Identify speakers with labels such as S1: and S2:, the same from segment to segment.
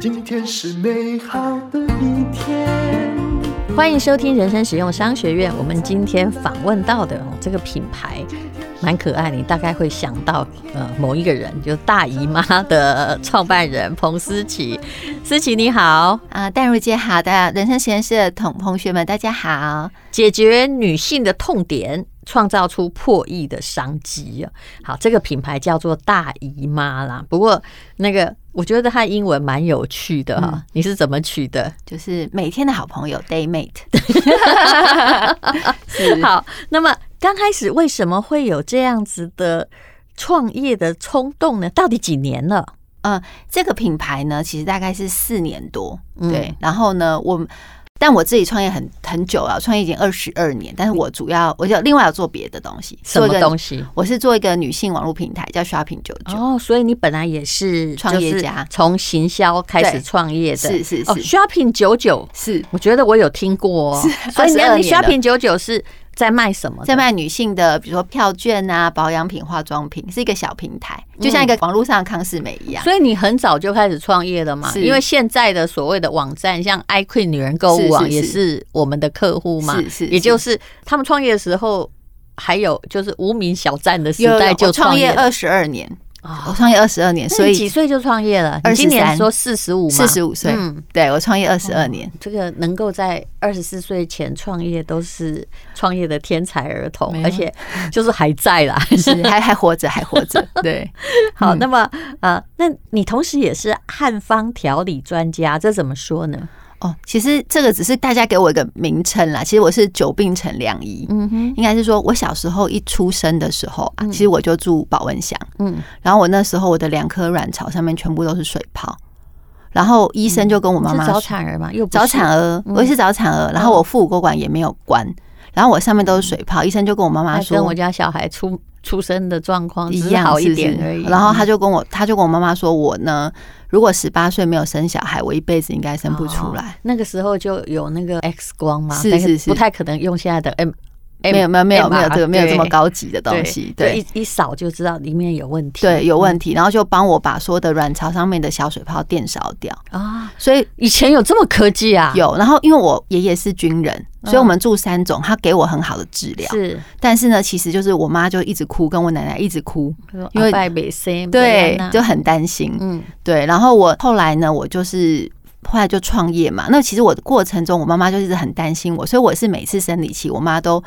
S1: 今天是美好的一天。
S2: 欢迎收听人生实用商学院。我们今天访问到的、哦、这个品牌蛮可爱，你大概会想到呃某一个人，就是大姨妈的创办人彭思琪。思琪你好，
S3: 啊，淡如姐好的，人生实验室的同同学们，大家好。
S2: 解决女性的痛点，创造出破亿的商机啊！好，这个品牌叫做大姨妈啦。不过那个我觉得它英文蛮有趣的哈、
S3: 嗯
S2: 你是怎么取的？
S3: 就是每天的好朋友 day mate，是
S2: 好，那么刚开始为什么会有这样子的创业的冲动呢？到底几年了？
S3: 这个品牌呢，其实大概是四年多，
S2: 嗯
S3: 对。然后呢，我但我自己创业很很久了，创业已经二十二年，但是我主要我就另外有做别的东西，
S2: 什
S3: 做一
S2: 么
S3: 个
S2: 东西？
S3: 我是做一个女性网络平台叫 Shopping 九九、
S2: 哦，所以你本来也是
S3: 创业家
S2: 就是从行销开始
S3: 对
S2: 创业的，
S3: 是是
S2: 哦
S3: 是、
S2: ，Shopping 九九，
S3: 是，
S2: 我觉得我有听过、哦，所以那
S3: 22
S2: 你
S3: 年了
S2: Shopping 九九是在卖什么的？
S3: 在卖女性的，比如说票券啊、保养品、化妆品，是一个小平台，
S2: 嗯
S3: 就像一个网络上的康士美一样。
S2: 所以你很早就开始创业了嘛？
S3: 是
S2: 因为现在的所谓的网站，像 iQueen 女人购物网，
S3: 是是是
S2: 也是我们的客户嘛。
S3: 是是
S2: 也就是他们创业的时候，还有就是无名小站的时
S3: 有
S2: 代
S3: 有
S2: 就
S3: 我创
S2: 业
S3: 业
S2: 了。
S3: 二十二年，我
S2: 哦
S3: 创业二十二年，
S2: 那
S3: 所
S2: 你几
S3: 以
S2: 岁就创业了？你今年
S3: 23
S2: 说四十五吗？
S3: 四十五岁，
S2: 嗯，哦
S3: 对我创业二十二年，
S2: 这个能够在二十四岁前创业，都是创业的天才儿童
S3: 没，有
S2: 而且就是还在 啦。
S3: 是还还活着，还活着， 对，
S2: 好，
S3: 嗯
S2: 那么呃，那你同时也是汉方调理专家，这怎么说呢？
S3: 哦，其实这个只是大家给我一个名称啦，其实我是久病成良医。
S2: 嗯哼，
S3: 应该是说，我小时候一出生的时候啊，
S2: 嗯
S3: 其实我就住保温箱，
S2: 嗯。
S3: 然后我那时候我的两颗卵巢上面全部都是水泡，然后医生就跟我妈妈
S2: 嗯是早
S3: 说
S2: 产儿嘛，又不
S3: 早
S2: 是
S3: 产儿，啊
S2: 嗯
S3: 我也是早产儿，然后我腹股沟管也没有关，然后我上面都是水泡，医生就跟我妈妈
S2: 嗯还
S3: 说
S2: 跟我家小孩出出生的状况只
S3: 一
S2: 是
S3: 样
S2: 好
S3: 是
S2: 一
S3: 不是
S2: 点而已。嗯
S3: 然后他就跟我，他就跟我妈妈说，我呢，如果十八岁没有生小孩，我一辈子应该生不出来。
S2: 哦那个时候就有那个 X 光嘛，
S3: 是
S2: 但
S3: 是是
S2: 不太可能用现在的 M，
S3: 没有没有没有没有
S2: MR
S3: 这个没有这么
S2: 哎对
S3: 高级的东西，
S2: 对，
S3: 对
S2: 一一扫就知道里面有问题。嗯
S3: 对有问题，然后就帮我把所有的卵巢上面的小水泡电烧掉，
S2: 啊，
S3: 所以
S2: 以前有这么科技啊？
S3: 有。然后因为我爷爷是军人，所以
S2: 嗯
S3: 我们住三种，他给我很好的治疗。
S2: 是，
S3: 但是呢，其实就是我妈就一直哭，跟我奶奶一直哭，
S2: 因
S3: 因
S2: 为
S3: 为
S2: 拜北 C
S3: 对，就很担心。
S2: 啊嗯
S3: 对，然后我后来呢，我就是后来就创业嘛。那其实我的过程中，我妈妈就一直很担心我，所以我是每次生理期，我妈都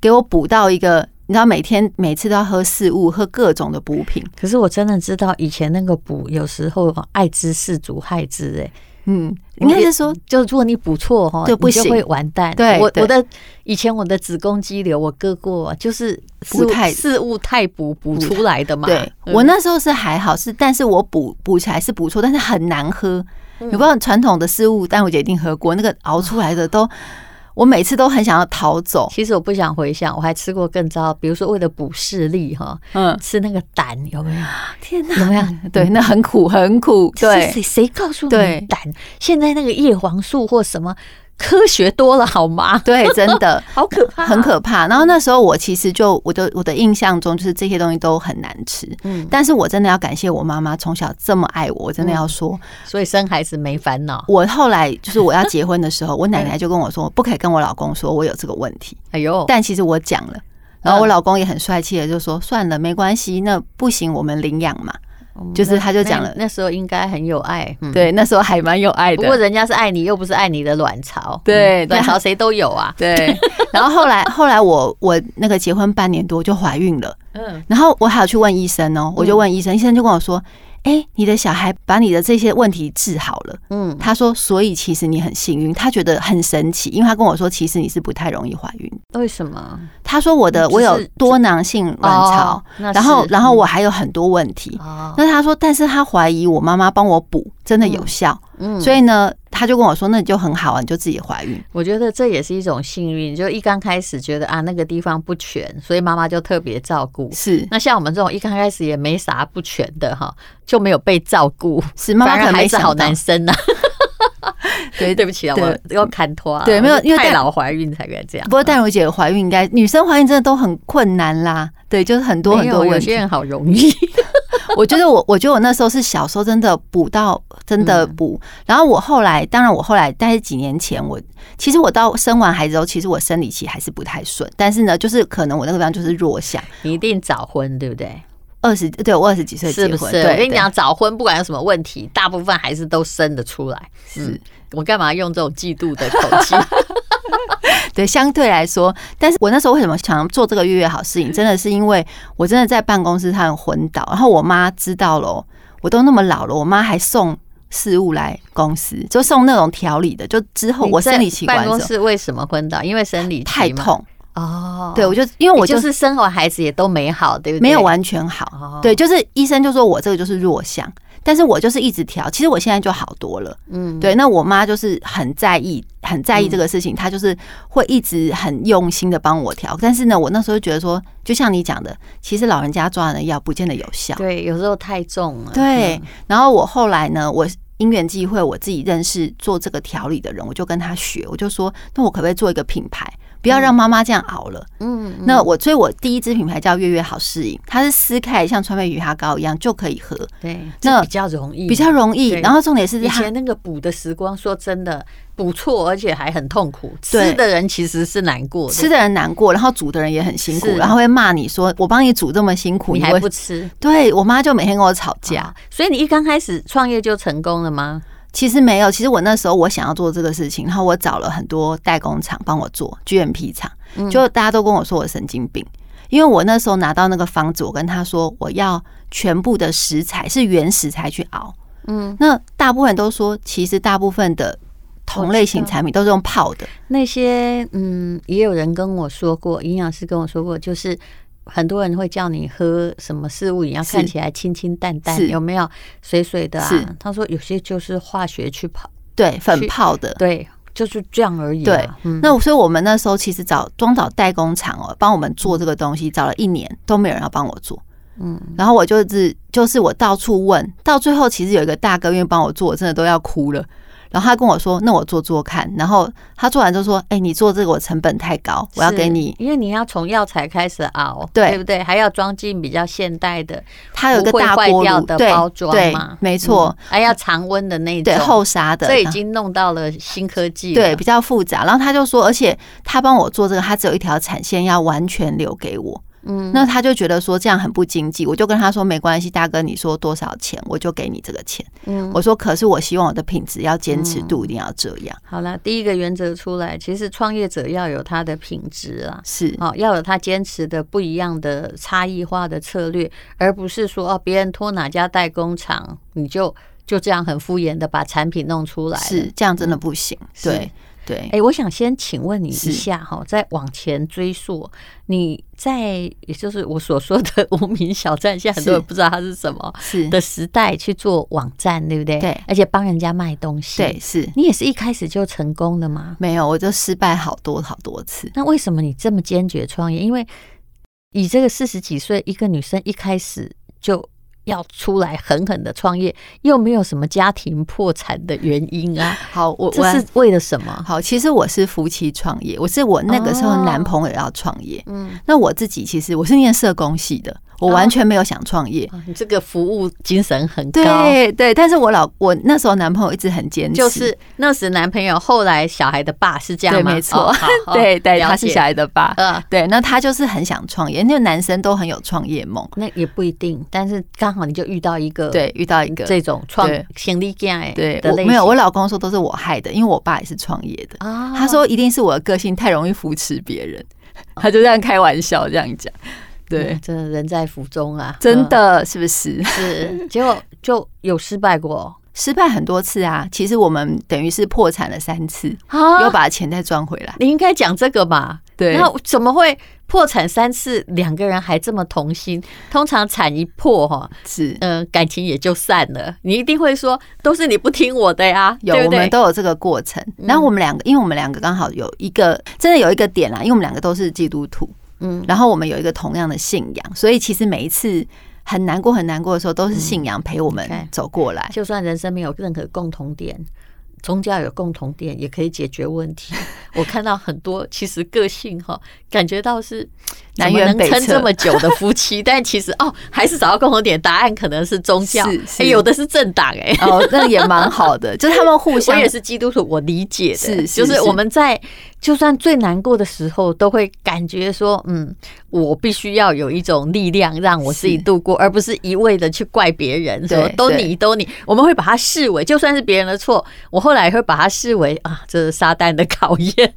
S3: 给我补到一个，你知道，每天每次都要喝四物，喝各种的补品。
S2: 可是我真的知道，以前那个补有时候爱之是足害之哎、
S3: 嗯，应该是说，
S2: 就如果你补错哈，
S3: 对不
S2: 你就
S3: 行
S2: 会完蛋。
S3: 对
S2: 我
S3: 对
S2: 我的以前我的子宫肌瘤我割过，就是事物
S3: 不太
S2: 事物太补补出来的嘛。
S3: 对
S2: 嗯
S3: 我那时候是还好，是但是我补补起来是不错，但是很难喝。你不知道传统的四物，但我姐一定喝过，那个熬出来的都，我每次都很想要逃走。
S2: 其实我不想回想，我还吃过更糟，比如说为了补视力哈，
S3: 嗯，
S2: 吃那个胆有没有？
S3: 天哪，
S2: 有没有？
S3: 对，那很苦，很苦。
S2: 对，
S3: 对
S2: 谁，谁告诉
S3: 对
S2: 你胆？现在那个叶黄素或什么科学多了好吗？
S3: 对，真的。
S2: 好可怕，啊
S3: 很。可怕。然后那时候我其实就我的我的印象中就是这些东西都很难吃，
S2: 嗯，
S3: 但是我真的要感谢我妈妈从小这么爱我，我真的要说，
S2: 所以生孩子没烦恼。
S3: 我后来就是我要结婚的时候，我奶奶就跟我说，不可以跟我老公说我有这个问题，
S2: 哎呦，
S3: 但其实我讲了。然后我
S2: 嗯
S3: 老公也很帅气的就说：“算了，没关系，那不行，我们领养嘛。
S2: 嗯
S3: 就是
S2: 那
S3: 他就讲
S2: 那
S3: 了
S2: 那时候应该很有爱。”嗯
S3: 对，那时候还蛮有爱
S2: 不
S3: 的。
S2: 过人家是爱你，又不是爱你的卵巢。
S3: 对
S2: 嗯
S3: 对
S2: 卵巢谁都有啊。
S3: 对，然后后来后来我我那个结婚半年多就怀孕了，
S2: 嗯，
S3: 然后我还有去问医生哦，我就问医生，医生就跟我说：“哎、你的小孩把你的这些问题治好了。”
S2: 嗯，
S3: 他说：“所以其实你很幸运。”他觉得很神奇，因为他跟我说，其实你是不太容易怀孕。
S2: 为什么？
S3: 他说：“我的
S2: 嗯就是
S3: 我有多囊性卵巢
S2: 哦，，那
S3: 然后
S2: 是
S3: 然后我还有很多问题。”
S2: 哦，
S3: 那他说，但是他怀疑我妈妈帮我补真的有效，
S2: 嗯
S3: 所以呢，他就跟我说，那你就很好啊，你就自己怀孕。
S2: 我觉得这也是一种幸运，就一刚开始觉得啊那个地方不全，所以妈妈就特别照顾。
S3: 是
S2: 那像我们这种一刚开始也没啥不全的哈，就没有被照顾，
S3: 是，妈妈
S2: 反
S3: 可
S2: 而
S3: 能
S2: 孩
S3: 没
S2: 子
S3: 想
S2: 好
S3: 到
S2: 难，生呐、
S3: 对
S2: 对不起啊，我要砍拖啊，
S3: 对没有因为
S2: 太
S3: 戴
S2: 老怀孕才敢这样。
S3: 不过淡如姐怀孕应该，女生怀孕真的都很困难啦。对，就是很多
S2: 没
S3: 很
S2: 有
S3: 多
S2: 有
S3: 问
S2: 些
S3: 题。
S2: 人好容易，
S3: 我觉得我，我觉得我那时候是小时候真的补到真的
S2: 嗯
S3: 补，然后我后来，当然我后来大概几年前，我其实我到生完孩子之后，其实我生理期还是不太顺，但是呢，就是可能我那个地方就是 弱项。
S2: 你一定早婚，对不对？
S3: 二十对我二十几岁结
S2: 是
S3: 婚，
S2: 不是？
S3: 对
S2: 我跟你
S3: 对
S2: 讲，早婚不管有什么问题，大部分还是都生得出来。嗯，我干嘛用这种嫉妒的口 气？
S3: 对，相对来说，但是我那时候为什么想做这个月月好事
S2: 嗯
S3: 情，真的是因为我真的在办公室差点昏倒，然后我妈知道了哦，我都那么老了，我妈还送事物来公司，就送那种调理的，就之后我
S2: 你在
S3: 生理期
S2: 办
S3: 完
S2: 公
S3: 之后
S2: 室为什么昏倒？因为生理期
S3: 太
S2: 吗
S3: 痛，
S2: 哦。
S3: 对我就因为
S2: 我
S3: 我
S2: 就
S3: 就是
S2: 是生完孩子也都没好，对不对？
S3: 没有完全好，
S2: 哦。
S3: 对，就是医生就说我这个就是弱项，但是我就是一直调，其实我现在就好多了。
S2: 嗯，
S3: 对，那我妈就是很在意，很在意这个事情，她就是会一直很用心的帮我调。但是呢，我那时候就觉得说，就像你讲的，其实老人家抓的药不见得有效。
S2: 对，嗯有时候太重了。
S3: 对，然后我后来呢，我因缘际会，我自己认识做这个调理的人，我就跟他学，我就说，那我可不可以做一个品牌，不要让妈妈这样熬了？
S2: 嗯，嗯，
S3: 那我，所以我第一支品牌叫月月好适应，它是撕开像川贝榆哈膏一样就可以喝，
S2: 对，
S3: 那
S2: 这比较容易，
S3: 比较容易。
S2: 嗯
S3: 啊
S2: 对
S3: 然后重点是
S2: 以
S3: 它
S2: 前那个补的时光，说真的，补错而且还很痛苦，
S3: 对
S2: 吃的人其实是难过的，
S3: 吃的人难过，然后煮的人也很辛苦
S2: 是，
S3: 然后会骂你说：“我帮你煮这么辛苦，
S2: 你
S3: 你
S2: 还
S3: 为
S2: 不吃
S3: 对我妈就每天跟我吵架。
S2: 啊所以你一刚开始创业就成功了吗？
S3: 其实没有，其实我那时候我想要做这个事情，然后我找了很多代工厂帮我做 GMP 厂，
S2: 嗯
S3: 就大家都跟我说我神经病，因为我那时候拿到那个方子，我跟他说我要全部的食材是原食材去熬，嗯，那大部分人都说，其实大部分的同类型产品都是用泡的，
S2: 那些嗯，也有人跟我说过，营养师跟我说过，就是很多人会叫你喝什么事物饮料，
S3: 是
S2: 看起来清清淡淡，
S3: 是
S2: 有没有水水的
S3: 是
S2: 啊？他说有些就是化学去跑，
S3: 对，粉
S2: 去
S3: 泡的，
S2: 对，就是这样而已、啊。
S3: 对
S2: 嗯，
S3: 那所以我们那时候其实找光找代工厂哦，帮我们做这个东西，找了一年都没有人要帮我做。嗯，然后我就是就是我到处问，到最后其实有一个大哥愿意帮我做，我真的都要哭了。然后他跟我说：“那我做做看。”然后他做完就说：“哎、你做这个我成本太高，我要
S2: 是
S3: 给你。
S2: 因为你要从药材开始熬，
S3: 对
S2: 对不对？还要装进比较现代的”
S3: 他有一个
S2: 不会
S3: 大
S2: 坏
S3: 锅
S2: 掉
S3: 炉，
S2: 的
S3: 对
S2: 包装
S3: 对
S2: 嘛，
S3: 没错
S2: 嗯，还要常温的那一种，
S3: 对后杀的，
S2: 这已
S3: 然后
S2: 经弄到了新科技了，
S3: 对比较复杂。然后他就说，而且他帮我做这个，他只有一条产线要完全留给我。嗯，那他就觉得说这样很不经济，我就跟他说没关系，大哥，你说多少钱我就给你这个钱。嗯，我说可是我希望我的品质要坚持
S2: 嗯
S3: 度一定要这样，
S2: 好了，第一个原则出来，其实创业者要有他的品质啊。
S3: 是
S2: 哦，要有他坚持的不一样的差异化的策略，而不是说哦，别人托哪家代工厂，你就就这样很敷衍的把产品弄出来了。嗯
S3: 是这样真的不行。
S2: 是
S3: 对对
S2: 哎、，我想先请问你一
S3: 是
S2: 下哈，再往前追溯，你在也就是我所说的无名小站，现在很多
S3: 是
S2: 人不知道它是什么
S3: 是，
S2: 的时代去做网站，对不对？
S3: 对
S2: 而且帮人家卖东西。
S3: 对，是
S2: 你也是一开始就成功了吗？
S3: 没有，我就失败好多好多次。
S2: 那为什么你这么坚决创业？因为以这个四十几岁一个女生一开始就要出来狠狠的创业，又没有什么家庭破产的原因 啊，
S3: 好，我
S2: 这
S3: 我
S2: 是为了什么？
S3: 好，其实我是夫妻创业，我是我那个时
S2: 哦
S3: 候男朋友要创业，嗯，那我自己其实我是念社工系的，我完全没有想创业，
S2: 啊你这个服务精神哦很高，
S3: 对对，但是我老我那时候男朋友一直很坚持，
S2: 就是那时男朋友，后来小孩的爸是这样
S3: 对，
S2: 吗？
S3: 没错，
S2: 哦好好
S3: 对对，
S2: 了
S3: 他是
S2: 解
S3: 小孩的爸，
S2: 呃，
S3: 对，那他就是很想创业，那个男生都很有创业梦，
S2: 那也不一定，但是刚好你就遇到一个
S3: 对，遇到一个，
S2: 这种创
S3: 对
S2: 行李架哎
S3: 对
S2: 的
S3: 我
S2: 类型
S3: 没有，我老公说都是我害的，因为我爸也是创业的，
S2: 啊
S3: 他说一定是我的个性太容易扶持别人，他就这样开玩笑这样讲，对
S2: 嗯。真的人在福中啊，
S3: 真的是不是？
S2: 嗯是，结果就有失败过
S3: 失败很多次啊，其实我们等于是破产了三次，
S2: 啊
S3: 又把钱再赚回来。
S2: 你应该讲这个吧？
S3: 对
S2: 那怎么会破产三次，两个人还这么同心？通常产一破哈，
S3: 是
S2: 呃，感情也就散了。你一定会说，都是你不听我的呀，
S3: 有
S2: 对不
S3: 我们
S2: 对？嗯
S3: 都有这个过程。然后我们两个，因为我们两个刚好有一个真的有一个点啦，因为我们两个都是基督徒，
S2: 嗯
S3: 嗯，然后我们有一个同样的信仰，所以其实每一次很难过很难过的时候，都是信仰陪我们
S2: 嗯 OK
S3: 走过来。
S2: 就算人生没有任何共同点，宗教有共同点，也可以解决问题。我看到很多其实个性哈，感觉到是
S3: 南
S2: 怎么
S3: 辕
S2: 能
S3: 北
S2: 撑
S3: 辙
S2: 这么久的夫妻， 但其实哦，还是找到共同点。答案可能是宗教，
S3: 是是
S2: 哎有的是政党哎、
S3: 哦，那也蛮好的，就是他们互
S2: 我
S3: 相
S2: 也是基督徒，我理解的，
S3: 是是
S2: 就是
S3: 是
S2: 我们在就算最难过的时候，都会感觉说，嗯，我必须要有一种力量让我自己
S3: 是
S2: 度过，而不是一味的去怪别人，说
S3: 对
S2: 都
S3: 对
S2: 你都你，我们会把它视为就算是别人的错，我后来也会把它视为啊，这是撒旦的考 验，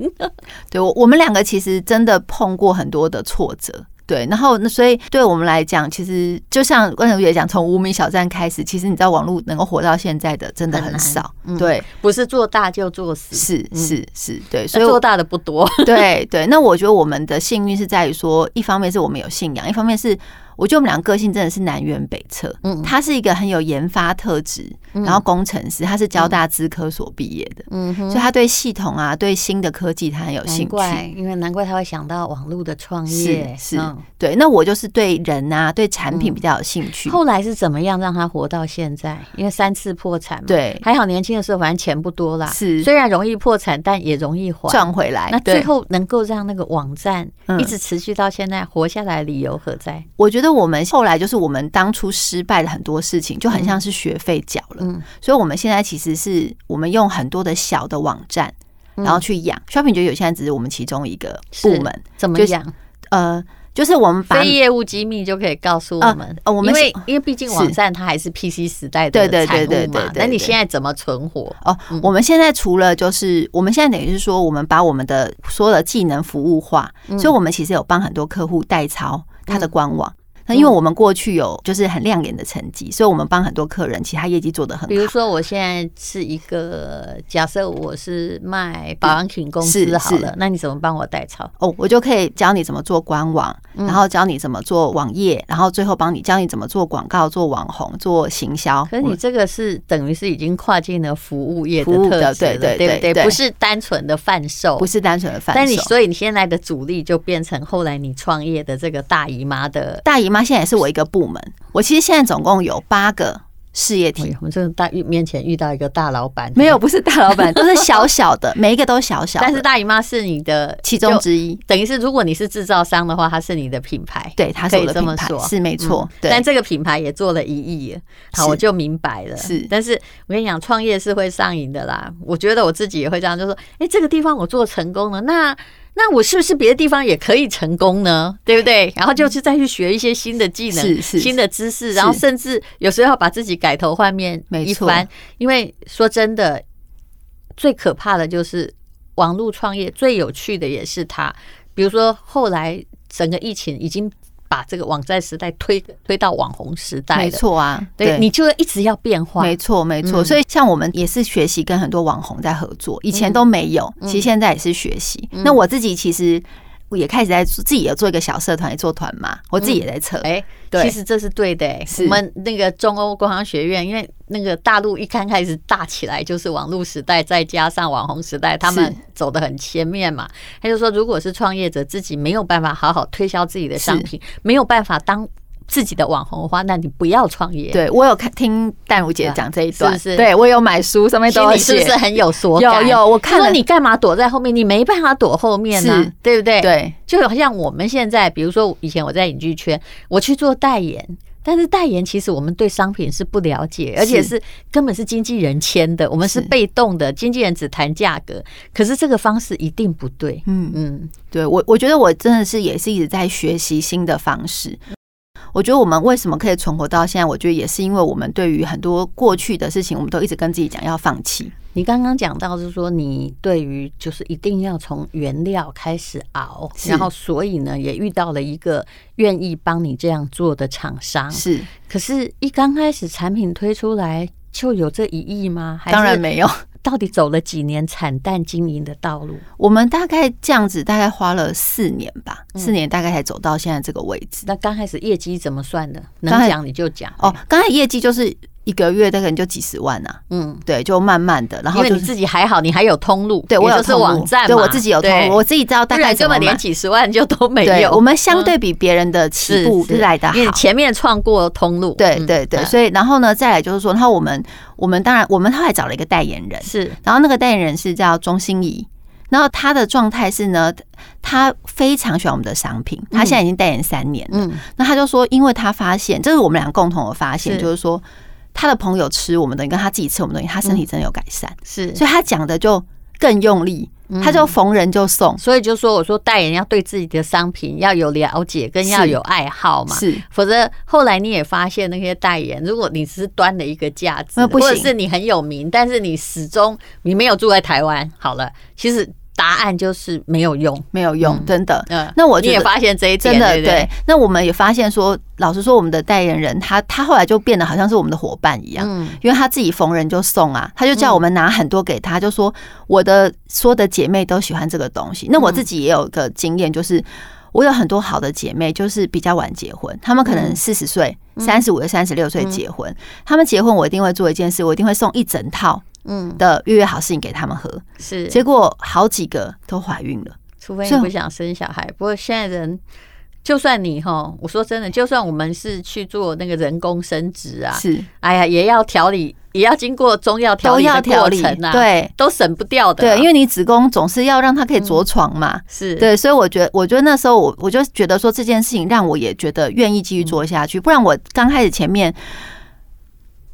S3: 对我，我们两个其实真的碰过很多的挫折。对，然后那所以对我们来讲，其实就像温柔姐讲，从无名小站开始，其实你知道网络能够活到现在的真的
S2: 很
S3: 很
S2: 难
S3: 少。
S2: 嗯
S3: 对，
S2: 不是做大就做死，
S3: 是是是，对，所
S2: 所
S3: 以
S2: 以
S3: 我
S2: 做大的不多，
S3: 对对，那我觉得我们的幸运是在于说，一方面是我们有信仰，一方面是我觉得我们两个个性真的是南辕北辙。
S2: 嗯
S3: 他是一个很有研发特质，然后工程师，他是交大资科所毕业的，
S2: 嗯哼
S3: 所以他对系统啊、对新的科技他很有
S2: 难
S3: 兴趣
S2: 怪。，因为难怪他会想到网络的创业
S3: 是，是
S2: 嗯
S3: 对，那我就是对人啊、对产品比较有兴趣。
S2: 后来是怎么样让他活到现在？因为三次破产嘛，，
S3: 对，
S2: 还好年轻的时候反正钱不多啦，
S3: 是
S2: 虽然容易破产，但也容易还。
S3: 赚回来。
S2: 那
S3: 对
S2: 最，后能够让那个网站
S3: 嗯
S2: 一直持续到现在活下来，理由何在？
S3: 我觉得我们后来就是我们当初失败的很多事情，就很像是学费缴了。
S2: 嗯
S3: 所以我们现在其实是我们用很多的小的网站，
S2: 嗯
S3: 然后去养。shopping 觉得有现在只是我们其中一个部门，
S2: 怎么
S3: 就是
S2: 样？
S3: 呃，就是我们把
S2: 非业务机密就可以告啊诉我们。
S3: 呃呃我们
S2: 因
S3: 是
S2: 为因为毕竟
S3: 是
S2: 网站它还是 PC 时代的
S3: 对对
S2: 产
S3: 对
S2: 物
S3: 对
S2: 嘛
S3: 对对，对
S2: 那你现在怎么存活？
S3: 哦，我们现在除了就是我们现在等于是说，我们把我们的所有的技能服务化，
S2: 嗯
S3: 所以我们其实有帮很多客户代操他的官
S2: 嗯
S3: 网。那因为我们过去有就是很亮眼的成绩，所以我们帮很多客人，其他业绩做得很
S2: 比如
S3: 好。
S2: 说，我现在是一个假设我是卖保养品公司
S3: 是
S2: 好
S3: 是
S2: 了，那你怎么帮我代操？
S3: 哦，我就可以教你怎么做官网，
S2: 嗯
S3: 然后教你怎么做网页，然后最后帮你教你怎么做广告、做网红、做行销。
S2: 可是你这个是等于是已经跨进了服务业的
S3: 服务
S2: 特
S3: 的
S2: 质了，
S3: 对对
S2: 不
S3: 对
S2: 对？
S3: 对
S2: 不是单纯的贩售
S3: 我不。是单纯的贩售。
S2: 但你所以你现在的主力就变成后来你创业的这个大姨妈的，
S3: 大姨妈现在也是我一个部门，我其实现在总共有八个事业体
S2: 哎。呦我们这个大遇面前遇到一个大老板，
S3: 没有，，不是大老 板，都是小小的，每一个都小小的，
S2: 但是大姨妈是你的
S3: 其中
S2: 就
S3: 之一。
S2: 等于是如果你是制造商的话，它是你的品牌，
S3: 对，它是
S2: 可以
S3: 我的
S2: 这么
S3: 品牌，
S2: 说，
S3: 是没错
S2: 嗯。
S3: 对，
S2: 但这个品牌也做了一亿，好，
S3: 是
S2: 我就明白了。
S3: 是
S2: 但是我跟你讲，创业是会上瘾的啦。我觉得我自己也会这样，就说，哎，这个地方我做成功了，那那我是不是别的地方也可以成功呢？对不 对？然后就是再去学一些新的技能、
S3: 是是
S2: 新的知识，然后
S3: 是
S2: 甚至有时候要把自己改头换面
S3: 没
S2: 一
S3: 错
S2: 番。因为说真的，最可怕的就是网络创业，最有趣的也是它。比如说后来整个疫情已经把这个网站时代推推到网红时代了，
S3: 没，错啊，
S2: 对，你就一直要变化，
S3: 没错，没错。
S2: 嗯
S3: 所以像我们也是学习跟很多网红在合作，以
S2: 嗯
S3: 前都没有，其实现在也是学习。那我自己其实也开始在做自己有做一个小社团，也做团嘛，我自己也在测。
S2: 哎、
S3: 对
S2: 其实这是对的、哎，
S3: 是
S2: 我们那个中欧工商学院，因为那个大陆一刚开始大起来，就是网络时代，再加上网红时代，他们
S3: 是
S2: 走得很前面嘛。他就说，如果是创业者自己没有办法好好推销自己的商品，没有办法当自己的网红的话，那你不要创业。，
S3: 对我有看听淡如姐讲这一段，
S2: 是不是
S3: 对我有买书，上面都
S2: 心
S3: 有
S2: 里是
S3: 写
S2: 不是很有所感？
S3: 哎有有我
S2: 他
S3: 看
S2: 说
S3: 了
S2: 你干嘛躲在后面？你没办法躲后面呢、
S3: 是
S2: 对不对？。
S3: 对，
S2: 就好像我们现在，比如说以前我在影剧圈，我去做代言，但是代言其实我们对商品是不了解，而且是根本是经纪人签的，我们是
S3: 是
S2: 被动的，经纪人只谈价格，可是这个方式一定不对。
S3: 嗯。
S2: 嗯，
S3: 对我，我觉得我真的是也是一直在学习新的方式。我觉得我们为什么可以存活到现在，我觉得也是因为我们对于很多过去的事情，我们都一直跟自己讲要放弃。
S2: 你刚刚讲到是说，你对于就是一定要从原料开始熬，
S3: 是
S2: 然后所以呢，也遇到了一个愿意帮你这样做的厂商。
S3: 是，
S2: 可是，一刚开始产品推出来就有这一亿吗？还是
S3: 当然没有。
S2: 到底走了几年惨淡经营的道路？
S3: 我们大概这样子，大概花了四年吧，
S2: 嗯
S3: 四年大概才走到现在这个位置。
S2: 那刚开始业绩怎么算的？
S3: 刚
S2: 能
S3: 开
S2: 讲你就讲
S3: 哦，，刚才业绩就是一个月大概就几十万啊，
S2: 嗯，
S3: 对，就慢慢的，然
S2: 因
S3: 后
S2: 为
S3: 就
S2: 你
S3: 是
S2: 自己还好，你还有通路，
S3: 对我
S2: 也
S3: 有
S2: 就是
S3: 通路
S2: 网站嘛，
S3: 对我自己有通
S2: 对
S3: 路，我自己知道大
S2: 不
S3: 概
S2: 然
S3: 怎
S2: 根
S3: 么
S2: 本连
S3: 买。
S2: 几十万就都没
S3: 对，
S2: 有。
S3: 我们相对比别人的起步是来的好
S2: 因为。你前面创过通路，
S3: 对
S2: 嗯
S3: 对对，
S2: 嗯
S3: 所以然后呢，再来就是说，然后我们我们当然我们后来找了一个代言人，
S2: 是
S3: 然后那个代言人是叫钟欣怡，然后她的状态是呢，她非常喜欢我们的商品，她现在已经代言三年了。
S2: 嗯
S3: 那她就说，因为她发现，这是我们俩共同的发现，
S2: 是
S3: 就是说她的朋友吃我们东西，跟她自己吃我们东西，她身体真的有改善，
S2: 是，
S3: 所以她讲的就更用力，
S2: 嗯
S3: 她就逢人就送，
S2: 所以就说我说代言要对自己的商品要有了解，跟
S3: 是
S2: 要有爱好嘛。
S3: 是
S2: 否则后来你也发现那些代言，如果你只是端了一个架子，
S3: 那不
S2: 或
S3: 行
S2: 者是你很有名，但是你始终你没有住在台湾，好了，其实答案就是没有用。
S3: 没有用，
S2: 嗯
S3: 真的。
S2: 嗯，
S3: 那我
S2: 你
S3: 觉
S2: 也
S3: 得
S2: 发现这一点，
S3: 真的
S2: 对不
S3: 对，那我们也发现说，老实说，我们的代言人他他后来就变得好像是我们的伙伴一样，
S2: 嗯
S3: 因为他自己逢人就送啊，他就叫我们拿很多给他，就说我的所有的姐妹都喜欢这个东西。那我自己也有一个经验，就是我有很多好的姐妹，就是比较晚结婚，她们可能
S2: 嗯
S3: 四十岁、三十五岁、三十六岁结婚，她们结婚我一定会做一件事，我一定会送一整套
S2: 嗯，
S3: 的月月好事情给她们喝，
S2: 是，
S3: 结果好几个都怀孕了。
S2: 除非
S3: 所
S2: 你
S3: 以
S2: 不想生小孩。不过现在人，就算你哈，我说真的，就算我们是去做那个人工生殖啊，
S3: 是
S2: 哎呀，也要调理，也要经过中药调
S3: 都
S2: 理
S3: 要
S2: 的
S3: 调
S2: 过
S3: 理
S2: 程，啊，，
S3: 对
S2: 都省不掉的啊、嗯
S3: 对，因为你子宫总是要让它可以着床嘛。
S2: 是，
S3: 对，所以我觉得，我觉得那时候我我就觉得说这件事情让我也觉得愿意继续
S2: 嗯
S3: 做下去，不然我刚开始前面，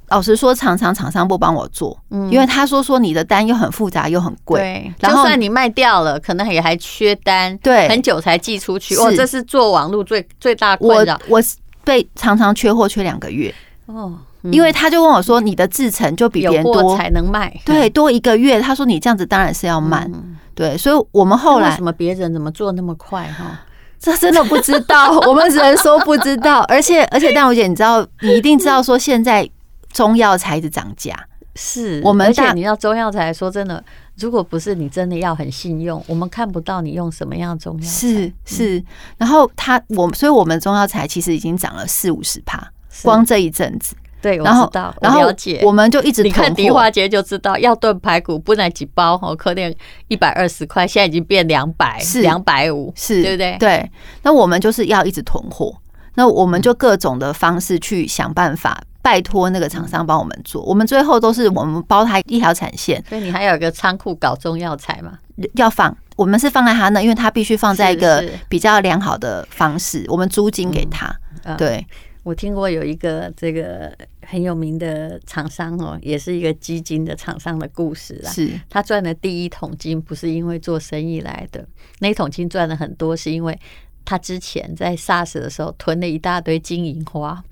S3: 老实说，常常厂商不帮我做，
S2: 嗯
S3: 因为他说说你的单又很复杂又很贵，
S2: 对，就
S3: 然后
S2: 算你卖掉了，可能也还缺单，
S3: 对
S2: 很久才寄出去。
S3: 是
S2: 哦，这是做网络最最大困
S3: 我
S2: 扰。
S3: 我被常常缺货缺两个月，
S2: 哦，
S3: 因为他就跟我说你的制成就比别
S2: 有
S3: 人
S2: 货
S3: 多，
S2: 才能卖。
S3: 对，多一个月，他说你这样子当然是要慢，
S2: 嗯
S3: 对，所以我们后
S2: 后来
S3: 来
S2: 为什么别人怎么做那么快哈？
S3: 这真的不知 道，我们只能说不知道。而且而且，淡如姐，你知道，你一定知道说现在中药材一直涨价，
S2: 是
S3: 我们
S2: 而且
S3: 大
S2: 你要中药材，说真的，如果不是你真的要很信用，我们看不到你用什么样的中药材。
S3: 是是。然后它我，所以我们中药材其实已经涨了四五十趴，
S2: 是
S3: 光这一阵子。
S2: 对，我
S3: 然后
S2: 知道，我
S3: 然后
S2: 了解。
S3: 我们就一直
S2: 你看
S3: 囤
S2: 迪
S3: 货
S2: 化，街就知道，要炖排骨不然几包哦，可能一百二十块，现在已经变两百，
S3: 是
S2: 两百五，
S3: 是
S2: 对不对？
S3: 对。那我们就是要一直囤货，那我
S2: 嗯
S3: 们就各种的方式去想办法。拜托那个厂商帮我们做，我们最后都是我们包他一条产线，
S2: 所以你还有一个仓库搞中药材嘛？
S3: 要放，我们是放在他那，因为他必须放在一个
S2: 是是
S3: 比较良好的方式，我们租金给他。
S2: 嗯
S3: 对，
S2: 我听过有一个这个很有名的厂商哦，也是一个基金的厂商的故事啦。
S3: 是
S2: 他赚的第一桶金不是因为做生意来的，那一桶金赚了很多，是因为他之前在 SARS 的时候囤了一大堆金银花，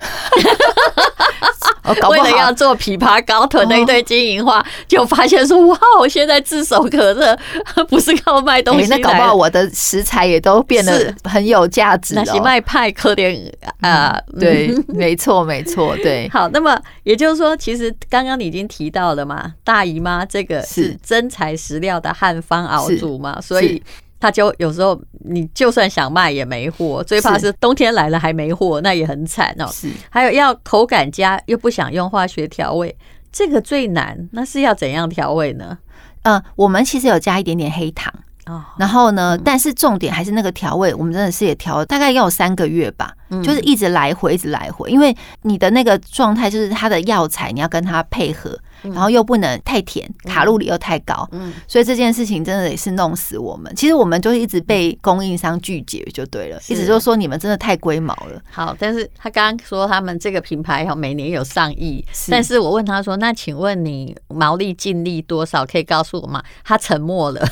S3: 哦，搞
S2: 为
S3: 不
S2: 了要
S3: 好
S2: 做枇杷膏囤了一堆金银 花，就发现说哇，我现在炙手可热， 不是靠卖东
S3: 哎
S2: 西、来
S3: 那
S2: 的
S3: 搞不好我的食材也都变
S2: 是
S3: 得很有价值
S2: 那是
S3: 哦。
S2: 卖派可怜啊，嗯
S3: 对， 没错，没错， 对，
S2: 好，那么也就是说，其实刚刚你已经提到了嘛，大姨妈这个是
S3: 是
S2: 真材实料的汉方熬煮嘛，所以
S3: 是
S2: 它就有时候你就算想卖也没货，最怕
S3: 是
S2: 是冬天来了还没货，那也很惨哦。
S3: 是
S2: 还有要口感佳又不想用化学调味，这个最难，那是要怎样调味呢？
S3: 呃，我们其实有加一点点黑糖，
S2: 哦，
S3: 然后呢，但是重点还是那个调味，我们真的是也调了大概要有三个月吧，
S2: 嗯
S3: 就是一直来回，一直来回，因为你的那个状态就是它的药材你要跟它配合，然后又不能太甜，卡路里又太高，
S2: 嗯
S3: 所以这件事情真的也是弄死我们。其实我们就一直被供应商拒绝就对了，
S2: 嗯是
S3: 一直就说你们真的太龟毛了，
S2: 好，但是他刚刚说他们这个品牌哦，每年有上亿，
S3: 是
S2: 但是我问他说，那请问你毛利净利多少？可以告诉我吗？他沉默了，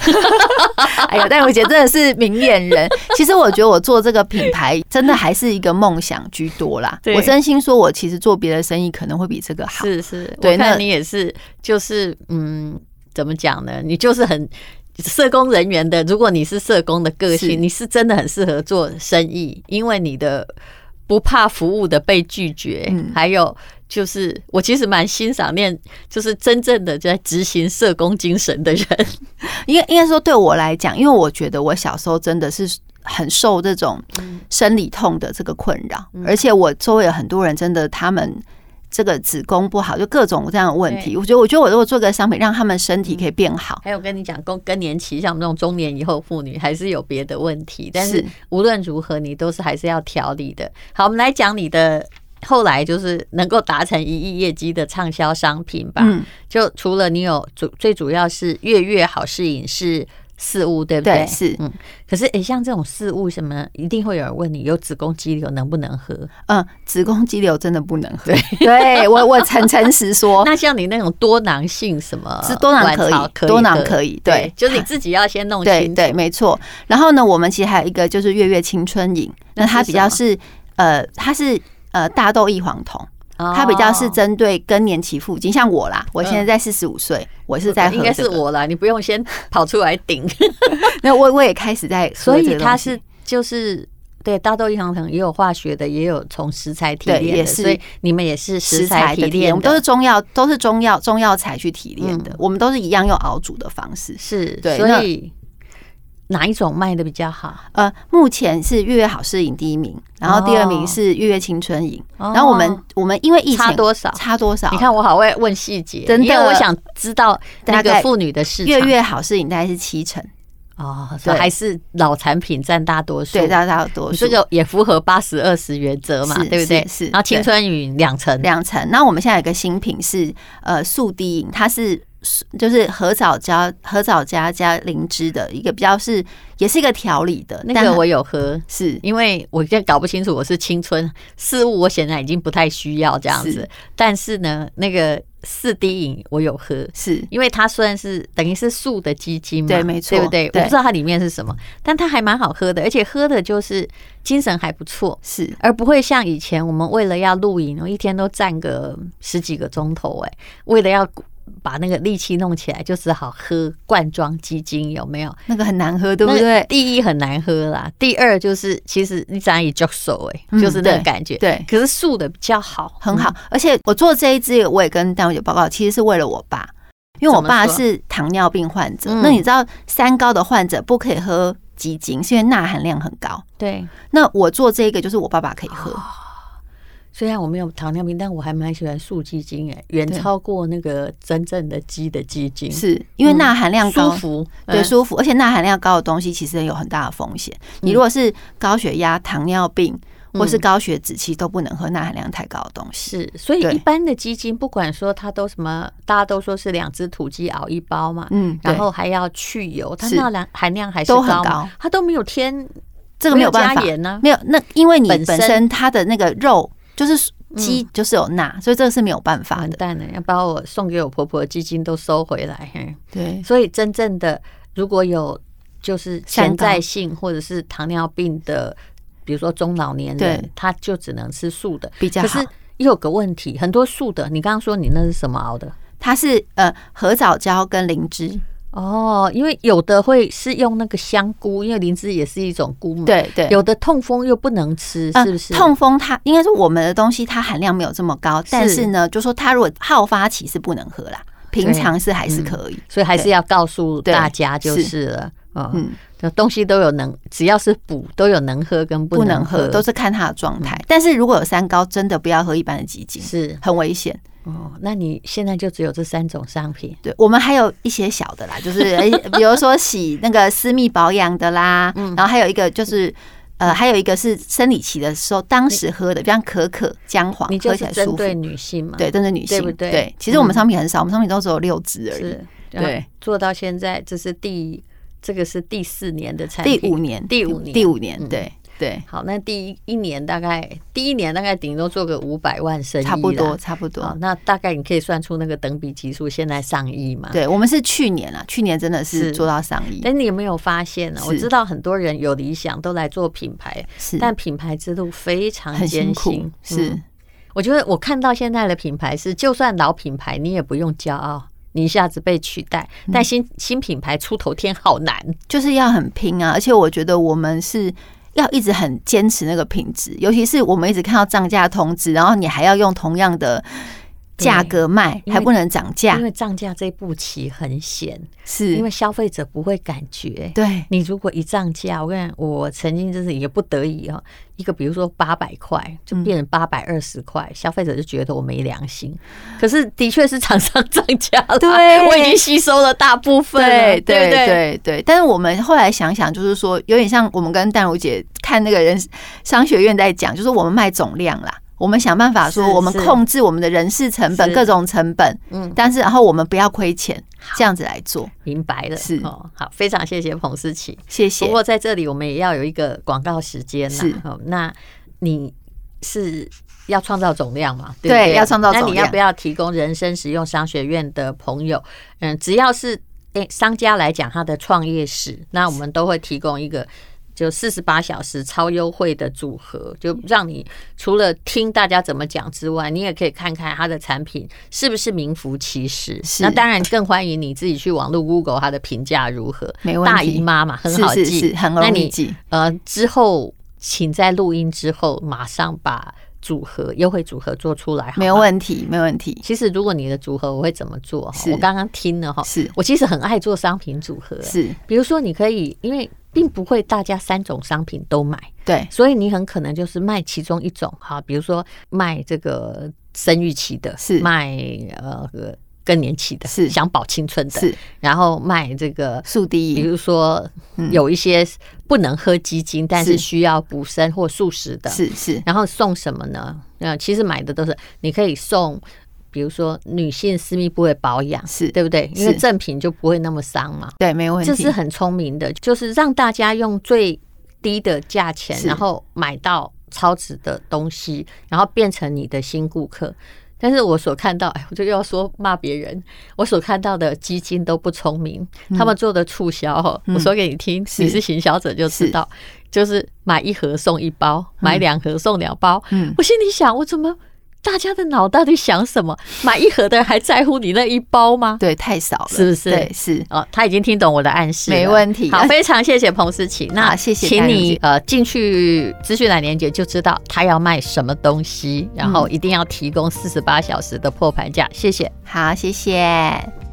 S3: 哎呀，但我姐真的是明眼人。其实我觉得我做这个品牌真的还是一个梦想居多啦
S2: 对。
S3: 我真心说，我其实做别的生意可能会比这个好。
S2: 是 是，
S3: 对
S2: 我看
S3: 那
S2: 你也是，就是嗯，怎么讲呢？你就是很。社工人员的，如果你是社工的个性，
S3: 是
S2: 你是真的很适合做生意，因为你的不怕服务的被拒绝，
S3: 嗯
S2: 还有就是我其实蛮欣赏念，就是真正的在执行社工精神的人。
S3: 应该应该说对我来讲，因为我觉得我小时候真的是很受这种生理痛的这个困扰，而且我周围有很多人真的他们这个子宫不好，就各种这样的问题。
S2: 对
S3: 我觉得，我觉得我如果做个商品，让他们身体可以变好，
S2: 还有跟你讲，更更年期，像我们这种中年以后妇女，还是有别的问题。但是
S3: 是
S2: 无论如何，你都是还是要调理的。好，我们来讲你的后来就是能够达成一亿业绩的畅销商品吧。
S3: 嗯，
S2: 就除了你有主最主要是月月好事饮是四物，对不对？
S3: 对，是，
S2: 嗯。可是诶、像这种四物什么，一定会有人问你，有子宫肌瘤能不能喝？
S3: 嗯，子宫肌瘤真的不能喝，对我我诚诚实 说，
S2: 那像你那种多囊性什么，
S3: 哦是多囊可
S2: 卵巢
S3: 以，多囊可
S2: 以
S3: 以，
S2: 喝，
S3: 对，
S2: 就是你自己要先弄
S3: 对
S2: 清楚。
S3: 对，没错。然后呢，我们其实还有一个就是月月青春饮，
S2: 那
S3: 那它
S2: 是
S3: 比
S2: 什
S3: 较
S2: 么
S3: 是呃，它是呃大豆异黄酮，
S2: 哦嗯
S3: 它比较是针对更年期附近，像我啦，我现在在四十五岁，我是在喝
S2: 应该
S3: 这
S2: 是
S3: 个，
S2: 我啦，你不用先跑出来 顶，
S3: 那我我也开始在喝
S2: 所
S3: 这
S2: 以
S3: 个
S2: 它
S3: 东西
S2: 是就是。对，大豆异黄酮也有化学的，也有从食材提
S3: 对
S2: 炼
S3: 也
S2: 的，
S3: 是
S2: 所以你们也是食
S3: 食
S2: 材
S3: 材
S2: 提
S3: 的提炼，
S2: 炼
S3: 我
S2: 的，
S3: 们都是中药，都是中药中药材去提炼的
S2: 嗯，
S3: 我们都是一样用熬煮的方式。
S2: 是，
S3: 对
S2: 所
S3: 那
S2: 以哪一种卖的比较好？
S3: 呃，目前是月月好事饮第一名，然后第二名是月月青春饮，
S2: 哦
S3: 然后我们我们因为疫情
S2: 差多少？
S3: 差多少？
S2: 你看我好会问细节，
S3: 真的
S2: 因为我想知道那
S3: 大
S2: 个
S3: 概
S2: 妇女的市场。
S3: 月月好事饮大概是七成，
S2: 哦，所以
S3: 对
S2: 还是老产品占大多数。
S3: 对，大大多
S2: 你
S3: 数
S2: 这个也符合八十二十原则嘛，
S3: 是
S2: 对不对？
S3: 是是
S2: 然后青春雨两成，
S3: 两成。那我们现在有一个新品是呃速滴饮，它是就是合藻加合藻加加灵芝的一个比较是也是一个调理的，
S2: 那
S3: 但
S2: 个
S3: 它
S2: 我有喝。
S3: 是
S2: 因为我现在搞不清楚我是青春事物，我显然已经不太需要这样子
S3: 是。
S2: 但是呢，那个四滴饮我有喝，
S3: 是
S2: 因为它虽然是等于是素的鸡精嘛，
S3: 对没错
S2: 对不对？
S3: 对
S2: 我不知道它里面是什么，但它还蛮好喝的，而且喝的就是精神还不错，
S3: 是
S2: 而不会像以前我们为了要露营，我一天都站个十几个钟头、哎，为了要把那个力气弄起来，就只好喝罐装鸡精，有没有？
S3: 那个很难喝，对
S2: 那
S3: 不对？
S2: 第一很难喝啦，第二就是其实你长也就手，哎，
S3: 嗯
S2: 就是那个
S3: 对
S2: 感觉。
S3: 对。
S2: 可是素的比较好，嗯
S3: 很好，而且我做这一支我也跟单位有报告，其实是为了我爸，因为我爸
S2: 怎么说
S3: 是糖尿病患者。
S2: 嗯
S3: 那你知道三高的患者不可以喝鸡精，是因为钠含量很高。
S2: 嗯。对，
S3: 那我做这个就是我爸爸可以喝，
S2: 虽然我没有糖尿病，但我还蛮喜欢素鸡精诶、欸远
S3: 对
S2: 超过那个真正的鸡的鸡精，
S3: 是因为钠含量
S2: 舒
S3: 高，
S2: 服，
S3: 对，
S2: 嗯
S3: 舒服，而且钠含量高的东西其实有很大的风险。
S2: 嗯
S3: 你如果是高血压、糖尿病或是高血脂，其实都不能喝钠含量太高的东西。
S2: 是。所以
S3: 对
S2: 一般的鸡精，不管说它都什么，大家都说是两只土鸡熬一包嘛，
S3: 嗯，对
S2: 然后还要去油，它
S3: 是
S2: 钠含含量还是
S3: 都很
S2: 嘛
S3: 高
S2: 它都没有添
S3: 这个没有办
S2: 加
S3: 法，
S2: 盐啊呢、
S3: 没有那因为你
S2: 本身嗯
S3: 本身它的那个肉就是鸡就是有钠，所以这个是没有办法
S2: 完
S3: 的。
S2: 蛋了，要把我送给我婆婆的鸡精都收回来。嘿
S3: 对，
S2: 所以真正的如果有就是潜
S3: 三高
S2: 在性或者是糖尿病的，比如说中老年人
S3: 对，
S2: 他就只能吃素的。
S3: 比较
S2: 可
S3: 好
S2: 是。又有个问题，很多素的，你刚刚说你那是什么熬的？
S3: 它是呃合藻胶跟灵芝，
S2: 哦，因为有的会是用那个香菇，因为灵芝也是一种菇嘛。，
S3: 对对。
S2: 有的痛风又不能吃，
S3: 呃
S2: 是不是？
S3: 痛风它应该是我们的东西，它含量没有这么高，但
S2: 是
S3: 是呢，就说它如果好发期是不能喝啦，平常是
S2: 嗯
S3: 还是可以。
S2: 所以还是
S3: 对
S2: 要告诉
S3: 对
S2: 大家就是是了。嗯，
S3: 嗯，
S2: 就东西都有能，只要是补都有能喝跟
S3: 不能
S2: 能
S3: 喝，都是看他的状态。但是如果有三高，真的不要喝一般的鸡精，
S2: 是
S3: 很危险。
S2: 哦。那你现在就只有这三种商品。
S3: 对我们还有一些小 的啦，就是哎比如说洗那个私密保养的啦，
S2: 嗯
S3: 然后还有一个就是。呃，还有一个是生理期的时候，当时喝的，像可可、姜黄，
S2: 你
S3: 喝
S2: 就
S3: 起
S2: 是
S3: 来
S2: 针
S3: 舒服。
S2: 对
S3: 对，
S2: 女性嘛？，
S3: 针对女性，
S2: 对不对
S3: 其实我们
S2: 嗯
S3: 商品很少，我们商品都只有六支而已。
S2: 是，
S3: 对
S2: 然后做到现在，这是第这个是第四年的产
S3: 第
S2: 品，
S3: 五年，
S2: 第五年，
S3: 第五年
S2: 嗯，
S3: 对对，
S2: 好，那第一一年大概第一年大概顶多做个五百万生意啦，
S3: 差不多，差不多
S2: 好，。那大概你可以算出那个等比级数现在上亿嘛？。
S3: 对，我们是去年啊，去年真的
S2: 是
S3: 是做到上亿，
S2: 但你有没有发现呢？我
S3: 是
S2: 知道很多人有理想都来做品牌，
S3: 是
S2: 但品牌之路非常
S3: 很
S2: 艰
S3: 辛
S2: 辛
S3: 苦。，是
S2: 嗯我觉得我看到现在的品牌是，就算老品牌，你也不用骄傲，你一下子被取代。
S3: 嗯
S2: 但新新品牌出头天好难，
S3: 就是要很拼啊！而且我觉得我们是要一直很坚持那个品质，尤其是我们一直看到涨价通知，然后你还要用同样的价格卖，
S2: 因为
S3: 还不能涨价
S2: 因，为涨价这步棋很险，因
S3: 是
S2: 为，消费者不会感觉。
S3: 对，
S2: 你如果一涨价，我跟你讲，我曾经就是也不得已哦，一个比如说八百
S3: 嗯
S2: 块，就变成八百二十块，消费者就觉得我没良心。可是的确是厂商涨价了，
S3: 对
S2: 我已经吸收了大部分了，
S3: 对
S2: 对不
S3: 对对对，但是我们后来想想，就是说有点像我们跟淡如姐看那个人商学院在讲，就是我们卖总量啦，我们想办法说
S2: 是
S3: 我们
S2: 是
S3: 控制我们的人事成本、
S2: 是
S3: 各种成本，
S2: 嗯
S3: 但是然后我们不要亏钱，这样子来做。
S2: 明白了，
S3: 是
S2: 哦，好，非常谢谢彭思琪。
S3: 谢
S2: 不
S3: 谢。
S2: 过在这里我们也要有一个广告时间
S3: 是
S2: 啦。哦，那你是要创造总量嘛？对
S3: 对
S2: 不对
S3: 要创造
S2: 那
S3: 总
S2: 你
S3: 量
S2: 要不要提供人生实用商学院的朋友？嗯，只要是诶、商家来讲他的创业史，那我们都会提供一个。就四十八小时超优惠的组合，就让你除了听大家怎么讲之外，你也可以看看他的产品是不是名副其实。
S3: 是
S2: 那当然更欢迎你自己去网络 Google 它的评价如何。
S3: 没问题
S2: 大姨妈嘛，很
S3: 是
S2: 好记，
S3: 是是，很
S2: 那
S3: 容易
S2: 你
S3: 记。
S2: 呃，之后请在录音之后马上把组合优惠组合做出来，好吗
S3: 没有。问题，没问题。
S2: 其实如果你的组合，我会怎么做哈？
S3: 是
S2: 我刚刚听了哈，
S3: 是
S2: 我其实很爱做商品组合，
S3: 是，
S2: 比如说你可以，因为并不会大家三种商品都买，
S3: 对，
S2: 所以你很可能就是卖其中一种哈，比如说卖这个生育期的，
S3: 是
S2: 卖呃更年期的，
S3: 是
S2: 想保青春的，
S3: 是
S2: 然后卖这个
S3: 速第
S2: 比
S3: 一，
S2: 如说
S3: 嗯
S2: 有一些不能喝鸡精，但是
S3: 是
S2: 需要补身或素食的，
S3: 是是
S2: 然后送什么呢？呃，其实买的都是你可以送。比如说女性私密部位保养，
S3: 是
S2: 对不对？因为
S3: 是
S2: 正品就不会那么伤嘛，
S3: 对，没有问
S2: 这
S3: 题
S2: 是。很聪明的，就是让大家用最低的价钱，
S3: 是
S2: 然后买到超值的东西，然后变成你的新顾客。但是我所看到，哎，我就又要说骂别人。我所看到的基金都不聪明，他们做的促销哦，我说给你听，
S3: 嗯是
S2: 你是行销者就知道，就是买一盒送一包，买两盒送两包。
S3: 嗯，
S2: 我心里想，我怎么大家的脑袋在想什么？买一盒的人还在乎你那一包吗？
S3: 对，太少了，
S2: 是不是
S3: 对，是。
S2: 哦，他已经听懂我的暗示了，
S3: 没问题
S2: 好，非常谢谢彭思琪。那
S3: 好谢谢
S2: 请
S3: 戴茹
S2: 你
S3: 姐
S2: 呃进去资讯栏连接就知道他要卖什么东
S3: 嗯
S2: 西，然后一定要提供四十八小时的破盘价。谢谢。
S3: 好，谢谢。